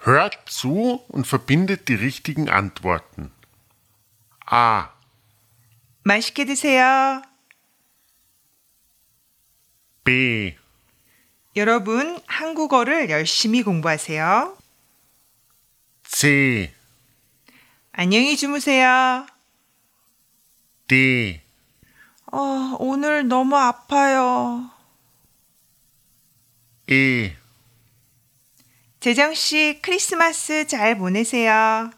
Hört zu und verbindet die richtigen Antworten. A. 맛있게 드세요. B. 여러분, 한국어를 열심히 공부하세요. C. 안녕히 주무세요. D. 어, 오늘 너무 아파요. E. 재정 씨, 크리스마스 잘 보내세요.